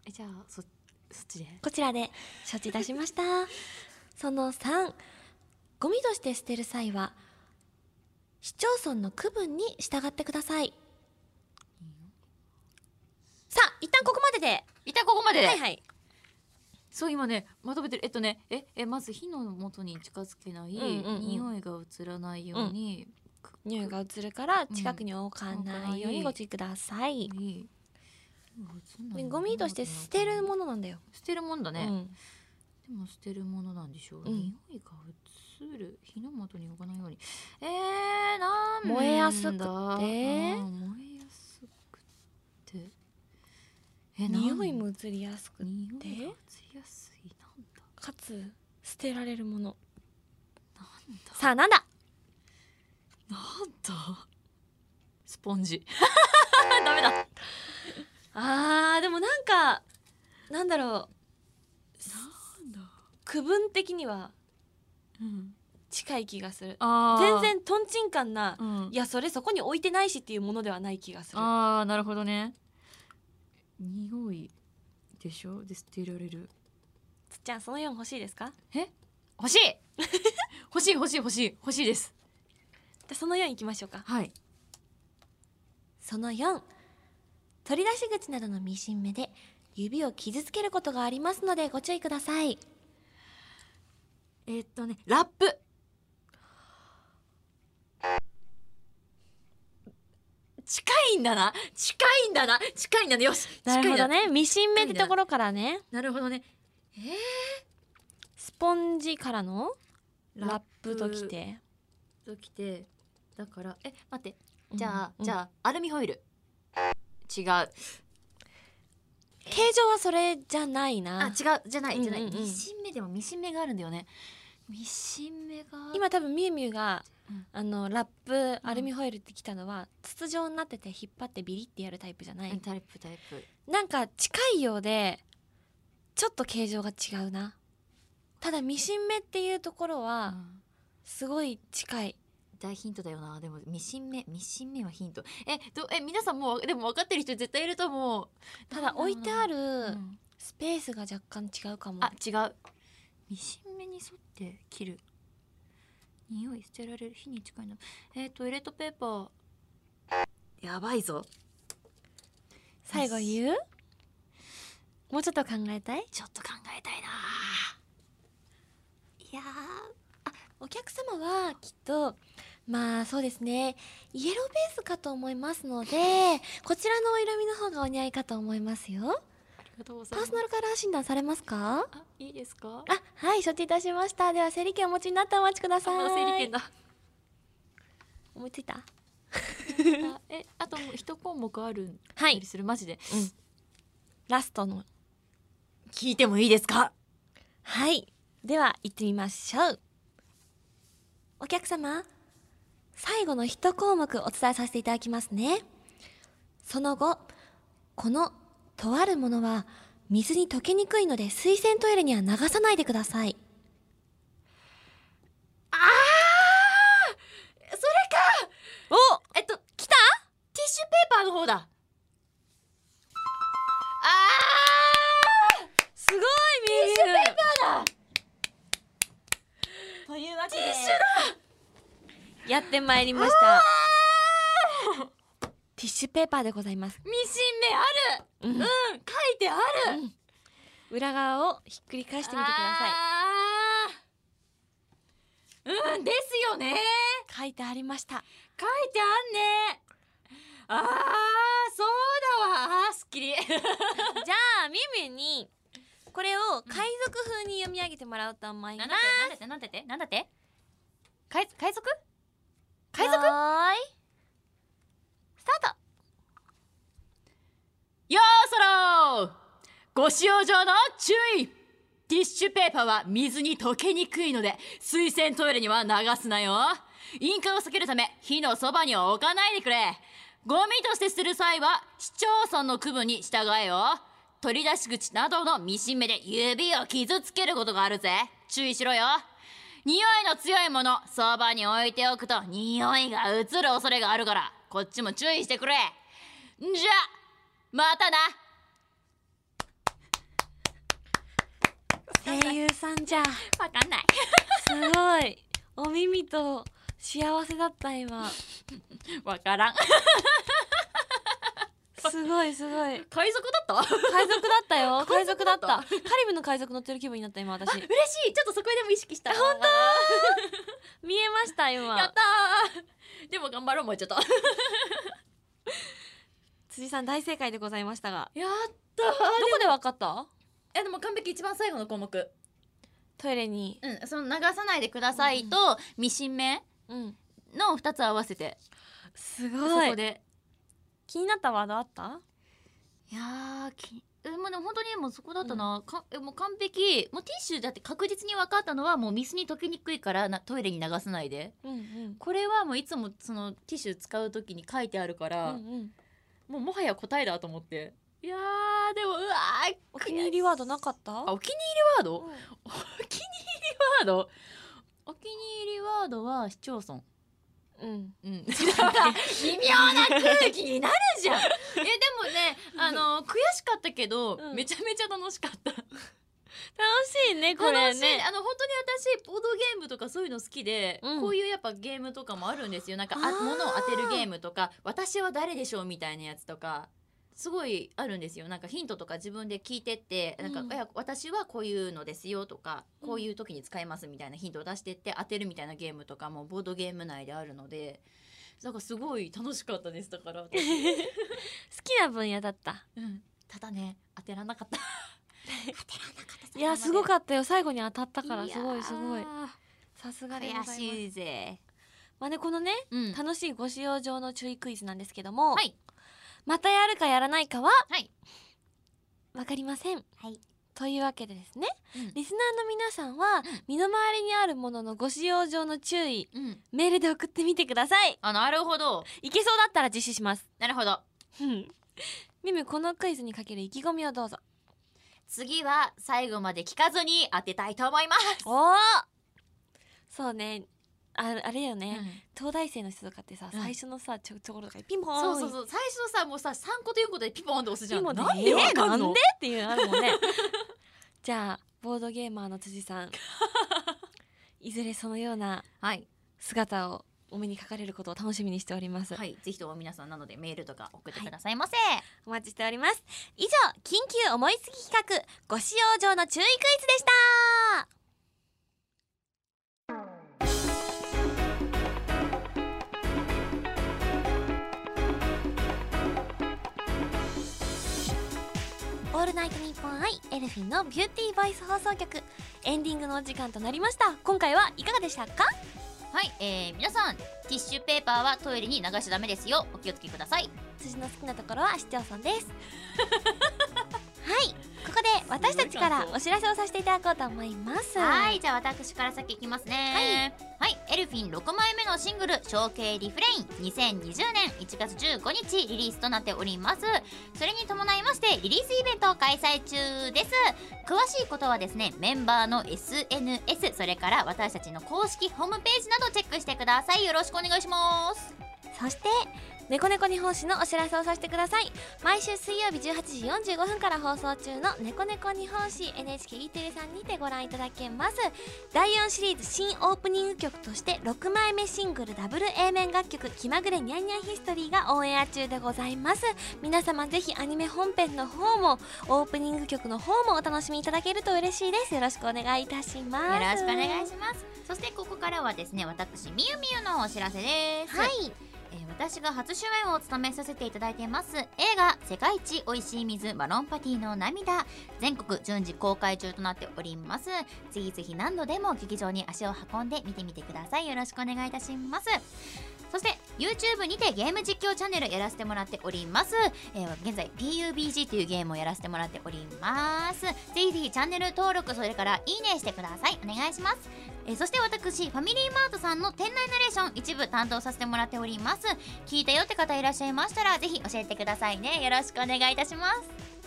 [SPEAKER 1] えじゃあそそっちで
[SPEAKER 2] こちらで承知いたしました その3ゴミとして捨てる際は市町村の区分に従ってくださいさあ一旦ここまでで、
[SPEAKER 1] いたここまでで、
[SPEAKER 2] はいはい、
[SPEAKER 1] そう今ねまとめてるえっとねええまず火の元に近づけない、
[SPEAKER 2] うんうんうん
[SPEAKER 1] 匂いが移らないように、
[SPEAKER 2] 匂いが移るから近くに置かないよう
[SPEAKER 1] う
[SPEAKER 2] に
[SPEAKER 1] ん
[SPEAKER 2] ご注意ください、
[SPEAKER 1] いい
[SPEAKER 2] でゴミとして捨てるものなんだよ、
[SPEAKER 1] 捨てるもんだね、
[SPEAKER 2] うん
[SPEAKER 1] でも捨てるものなんでしょう、
[SPEAKER 2] うん
[SPEAKER 1] 匂いが移る火の元に置かないようにえー、なんだ
[SPEAKER 2] 燃えやすくて
[SPEAKER 1] あー燃えやすくてえなん
[SPEAKER 2] 匂いも移りやすく
[SPEAKER 1] 匂いが
[SPEAKER 2] て
[SPEAKER 1] 移りやすいなんだ
[SPEAKER 2] かつ捨てられるもの
[SPEAKER 1] なんだ
[SPEAKER 2] さあなんだ
[SPEAKER 1] なんだスポンジ ダメだ
[SPEAKER 2] あーでもなんかなんだろう
[SPEAKER 1] なんだ、
[SPEAKER 2] 区分的には
[SPEAKER 1] うん、
[SPEAKER 2] 近い気がする
[SPEAKER 1] あー
[SPEAKER 2] 全、然とんちんかんな、
[SPEAKER 1] うん
[SPEAKER 2] い、やそれそこに置いてないしっていうものではない気がする
[SPEAKER 1] ああなるほどね匂いでしょで捨てられる
[SPEAKER 2] つっちゃんその4欲しいですか
[SPEAKER 1] 欲しい 欲しい欲しい欲しい欲しいです
[SPEAKER 2] じゃあその4いきましょうか
[SPEAKER 1] はい
[SPEAKER 2] その4取り出し口などのミシン目で指を傷つけることがありますのでご注意ください
[SPEAKER 1] えーっとねラップ近いんだな近いんだな近いんだねよし
[SPEAKER 2] なるほど
[SPEAKER 1] ね
[SPEAKER 2] ねミシン目ってところからね
[SPEAKER 1] なるほどね
[SPEAKER 2] スポンジからのラップとき
[SPEAKER 1] ラッ
[SPEAKER 2] て
[SPEAKER 1] プときてだからえ待って
[SPEAKER 2] うん
[SPEAKER 1] じゃあ、
[SPEAKER 2] うん
[SPEAKER 1] じゃあアルミホイル違う
[SPEAKER 2] 形状はそれじゃない
[SPEAKER 1] あ
[SPEAKER 2] な
[SPEAKER 1] 違うじゃないじゃない、
[SPEAKER 2] うんうんうん
[SPEAKER 1] ミシン目でもミシン目があるんだよねミシン目が
[SPEAKER 2] 今多分みゆみゆが、
[SPEAKER 1] うん
[SPEAKER 2] あのラップアルミホイルってきたのは、筒状になってて引っ張ってビリってやるタイプじゃない、
[SPEAKER 1] うんタイプタイプ
[SPEAKER 2] なんか近いようでちょっと形状が違うなただミシン目っていうところ
[SPEAKER 1] う
[SPEAKER 2] は
[SPEAKER 1] ん
[SPEAKER 2] すごい近い、
[SPEAKER 1] 大ヒントだよなでもミシン目ミシン目はヒントえどえ皆さんもうでも分かってる人絶対いると思う
[SPEAKER 2] ただ置いてあ
[SPEAKER 1] る、
[SPEAKER 2] る
[SPEAKER 1] うん
[SPEAKER 2] スペースが若干違うかも
[SPEAKER 1] あ違うミシン目に沿って切る匂い捨てられる火に近いなえー、トイレットペーパーやばいぞ
[SPEAKER 2] 最後言うもうちょっと考えたい
[SPEAKER 1] ちょっと考えたいなーいやー
[SPEAKER 2] お客様はきっとまあそうですねイエローベースかと思いますのでこちらのお色味の方がお似合いかと思いますよ
[SPEAKER 1] ありがとうござ
[SPEAKER 2] パーソナルカラー診断されますか
[SPEAKER 1] あいいですか
[SPEAKER 2] あはい承知いたしましたでは整理券お持ちになったらお待ちください
[SPEAKER 1] まだ整理券だ
[SPEAKER 2] 思いついた
[SPEAKER 1] あえあともう一項目ある
[SPEAKER 2] は
[SPEAKER 1] よりするマジで
[SPEAKER 2] ラストの
[SPEAKER 1] 聞いてもいいですか
[SPEAKER 2] はいでは行ってみましょうお客様最後の一項目お伝えさせていただきますねその後このとあるものは水に溶けにくいので水洗トイレには流さないでください
[SPEAKER 1] それか
[SPEAKER 2] お
[SPEAKER 1] えっと来たティッシュペーパーの方だあー
[SPEAKER 2] すごいみゆみゆ
[SPEAKER 1] というわけで
[SPEAKER 2] やってまいりましたティッシュペーパーでございます
[SPEAKER 1] ミシン目あるうん書いてある
[SPEAKER 2] 裏側をひっくり返してみてくださ
[SPEAKER 1] あーうんですよね
[SPEAKER 2] い書いてありました
[SPEAKER 1] 書いてあんねあーそうだわあーすっきり
[SPEAKER 2] じゃあミミにこれを海賊風に読み上げてもらおうと思います。
[SPEAKER 1] て なんだってなんだってなんだって海海賊海
[SPEAKER 2] 賊
[SPEAKER 1] 賊
[SPEAKER 2] はーい。スタート
[SPEAKER 1] よーそろーご使用上の注意ティッシュペーパーは水に溶けにくいので水洗トイレには流すなよ印鑑を避けるため火のそばには置かないでくれゴミとして捨てる際は市町村の区分に従えよ取り出し口などのミシン目で指を傷つけることがあるぜ注意しろよ匂いの強いものそばに置いておくと匂いが移る恐れがあるからこっちも注意してくれんじゃまたな
[SPEAKER 2] 声優さんじゃ。
[SPEAKER 1] わかんない
[SPEAKER 2] すごい。お耳と幸せだった今。
[SPEAKER 1] わからん
[SPEAKER 2] すごいすごい。
[SPEAKER 1] 海賊だ った嬉
[SPEAKER 2] 海賊だったよ。 海賊だった。
[SPEAKER 1] 海
[SPEAKER 2] カリブの海賊乗ってる気分になった今私。
[SPEAKER 1] しいちょっとそこでも意識した本
[SPEAKER 2] 見えました
[SPEAKER 1] 当やっ
[SPEAKER 2] 今。
[SPEAKER 1] たーでも頑張ろうもうちょっと
[SPEAKER 2] つ辻さん大正解でございましたが
[SPEAKER 3] やった
[SPEAKER 2] どこでわかった
[SPEAKER 1] えでも完璧一番最後の項目
[SPEAKER 2] トイレに
[SPEAKER 1] うんその流さないでくださいと、ミシン目
[SPEAKER 2] うん
[SPEAKER 1] の2つ合わせて
[SPEAKER 2] す
[SPEAKER 1] そ
[SPEAKER 2] ごい
[SPEAKER 1] こで
[SPEAKER 2] 気になったワードあった
[SPEAKER 1] いやーきえもうでも本当にもうそこだったな、かえもう完璧もうティッシュだって確実に分かったのはもう水に溶けにくいからなトイレに流さないで
[SPEAKER 2] うんうん
[SPEAKER 1] これはもういつもそのティッシュ使う時に書いてあるから、
[SPEAKER 2] うん
[SPEAKER 1] もうもはや答えだと思っていやーでもうわー
[SPEAKER 2] お気に入りワードなかった
[SPEAKER 1] あお気に入りワード、お気に入りワードお気に入りワードは市町村
[SPEAKER 2] うん
[SPEAKER 1] うん、なんか微妙な空気になるじゃ ん。えでもねあの悔しかったけど、
[SPEAKER 2] うん
[SPEAKER 1] めちゃめちゃ楽しかった。楽
[SPEAKER 2] しいねこれ
[SPEAKER 1] しい
[SPEAKER 2] ね
[SPEAKER 1] あの本当に私ボードゲームとかそういうの好きで、
[SPEAKER 2] うん
[SPEAKER 1] こういうやっぱゲームとかもあるんですよなんかあ
[SPEAKER 2] あー
[SPEAKER 1] 物を当てるゲームとか私は誰でしょうみたいなやつとか。すごいあるんですよなんかヒントとか自分で聞いてってなんか、
[SPEAKER 2] うん
[SPEAKER 1] いや私はこういうのですよとか
[SPEAKER 2] うん
[SPEAKER 1] こういう時に使えますみたいなヒントを出してって当てるみたいなゲームとかもボードゲーム内であるのでなんかすごい楽しかったですだから 私
[SPEAKER 2] 好きな分野だった
[SPEAKER 1] うんただね当てらなか った当てらなかった
[SPEAKER 2] いやすご
[SPEAKER 1] っ
[SPEAKER 2] かったよ最後に当たった
[SPEAKER 1] た
[SPEAKER 2] からすごいすごいさすがでございま
[SPEAKER 1] 悔
[SPEAKER 2] す
[SPEAKER 1] しいぜ
[SPEAKER 2] まあねこのね
[SPEAKER 1] うん
[SPEAKER 2] 楽しいご使用上の注意クイズなんですけども、
[SPEAKER 1] はい
[SPEAKER 2] またやるかやらないかは、
[SPEAKER 1] はい
[SPEAKER 2] わかりません、
[SPEAKER 1] はい
[SPEAKER 2] というわけでですね、
[SPEAKER 1] うん
[SPEAKER 2] リスナーの皆さんは、
[SPEAKER 1] ん
[SPEAKER 2] 身の回りにあるもののご使用上の注意
[SPEAKER 1] うん
[SPEAKER 2] メールで送ってみてください
[SPEAKER 1] あなるほど
[SPEAKER 2] いけそうだったら実施します
[SPEAKER 1] なるほど
[SPEAKER 2] うんミムこのクイズにかける意気込みをどうぞ
[SPEAKER 1] 次は最後まで聞かずに当てたいと思います
[SPEAKER 2] おおそうねああれよね、東大生の人とかってさ、
[SPEAKER 1] うん
[SPEAKER 2] 最初のさちょところとかにピンポーン
[SPEAKER 1] そうそうそう最初のさもうさ3個と4個でピポンと押すじゃん
[SPEAKER 2] 今ね
[SPEAKER 1] なんでわかん
[SPEAKER 2] なん
[SPEAKER 1] の
[SPEAKER 2] でっていうのある もんねじゃあボードゲーマーの辻さんいずれそのような
[SPEAKER 1] はい
[SPEAKER 2] 姿をお目にかかれることを楽しみにしております、
[SPEAKER 1] はいぜひとも皆さんなのでメールとか送ってくださいませ
[SPEAKER 2] お待ちしております以上緊急思いつき企画ご使用上の注意クイズでしたオールナイトニッポンアイエルフィンのビューティーボイス放送局エンディングのお時間となりました今回はいかがでしたか
[SPEAKER 1] はい、えー、皆さんティッシュペーパーはトイレに流しちゃダメですよお気をつけください
[SPEAKER 2] 辻の好きなところは市町村です はいここで私たちからお知らせをさせていただこうと思います
[SPEAKER 1] はいじゃあ私から先いきますねはい、エルフィン6枚目のシングル「象形リフレイン」2020年1月15日リリースとなっておりますそれに伴いましてリリースイベントを開催中です詳しいことはですねメンバーの SNS それから私たちの公式ホームページなどチェックしてくださいよろしくお願いします
[SPEAKER 2] そして猫猫日本史のお知らせをさせてください毎週水曜日18時45分から放送中の猫猫日本史 NHKE テレさんにてご覧いただけます第4シリーズ新オープニング曲として6枚目シングルダブル A 面楽曲気まぐれニャンニャンヒストリーがオンエア中でございます皆様ぜひアニメ本編の方もオープニング曲の方もお楽しみいただけると嬉しいですよろしくお願いいたします
[SPEAKER 1] よろしくお願いしますそしてここからはですね私みゆみゆのお知らせです
[SPEAKER 2] はい
[SPEAKER 1] えー私が初主演を務めさせていただいています映画「世界一おいしい水マロンパティの涙」全国順次公開中となっておりますぜひぜひ何度でも劇場に足を運んで見てみてくださいよろしくお願いいたしますそして YouTube にてゲーム実況チャンネルやらせてもらっております、えー現在 PUBG というゲームをやらせてもらっておりますぜひぜひチャンネル登録それからいいねしてくださいお願いしますえーそして私ファミリーマートさんの店内ナレーション一部担当させてもらっております聞いたよって方いらっしゃいましたらぜひ教えてくださいねよろしくお願いいたします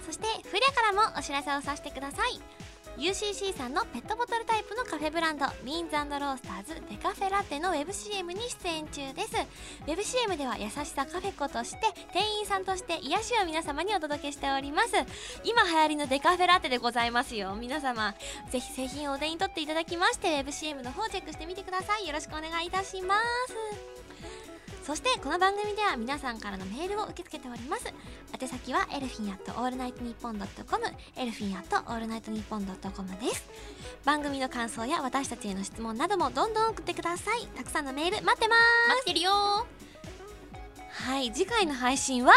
[SPEAKER 2] そしてフレからもお知らせをさせてください UCC さんのペットボトルタイプのカフェブランドビーンズロースターズデカフェラテのウェブ CM に出演中ですウェブ CM では優しさカフェコとして店員さんとして癒しを皆様にお届けしております今流行りのデカフェラテでございますよ皆様ぜひ製品をお手に取っていただきましてウェブ CM の方チェックしてみてくださいよろしくお願いいたしますそしてこの番組では皆さんからのメールを受け付けております宛先はエルフィンアットオールナイトニッポンドットコムエルフィンアットオールナイトニッポンドットコムです番組の感想や私たちへの質問などもどんどん送ってくださいたくさんのメール待ってま
[SPEAKER 1] 待ってるよ
[SPEAKER 2] すはい次回の配信は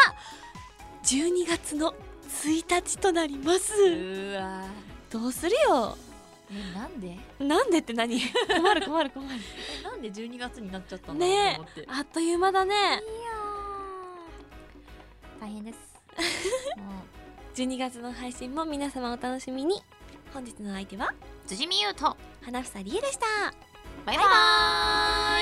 [SPEAKER 2] 12月の1日となります
[SPEAKER 1] うわ
[SPEAKER 2] どうするよ
[SPEAKER 3] えなんで
[SPEAKER 2] なんでって何困る困る困る
[SPEAKER 3] えなんで12月になっちゃったのと
[SPEAKER 2] ね
[SPEAKER 3] 思って
[SPEAKER 2] あっという間だね
[SPEAKER 1] 大 変ですもう
[SPEAKER 2] 12月の配信も皆様お楽しみに本日のお相手は
[SPEAKER 1] 辻美優と
[SPEAKER 2] 花房理恵でした
[SPEAKER 1] バイバイ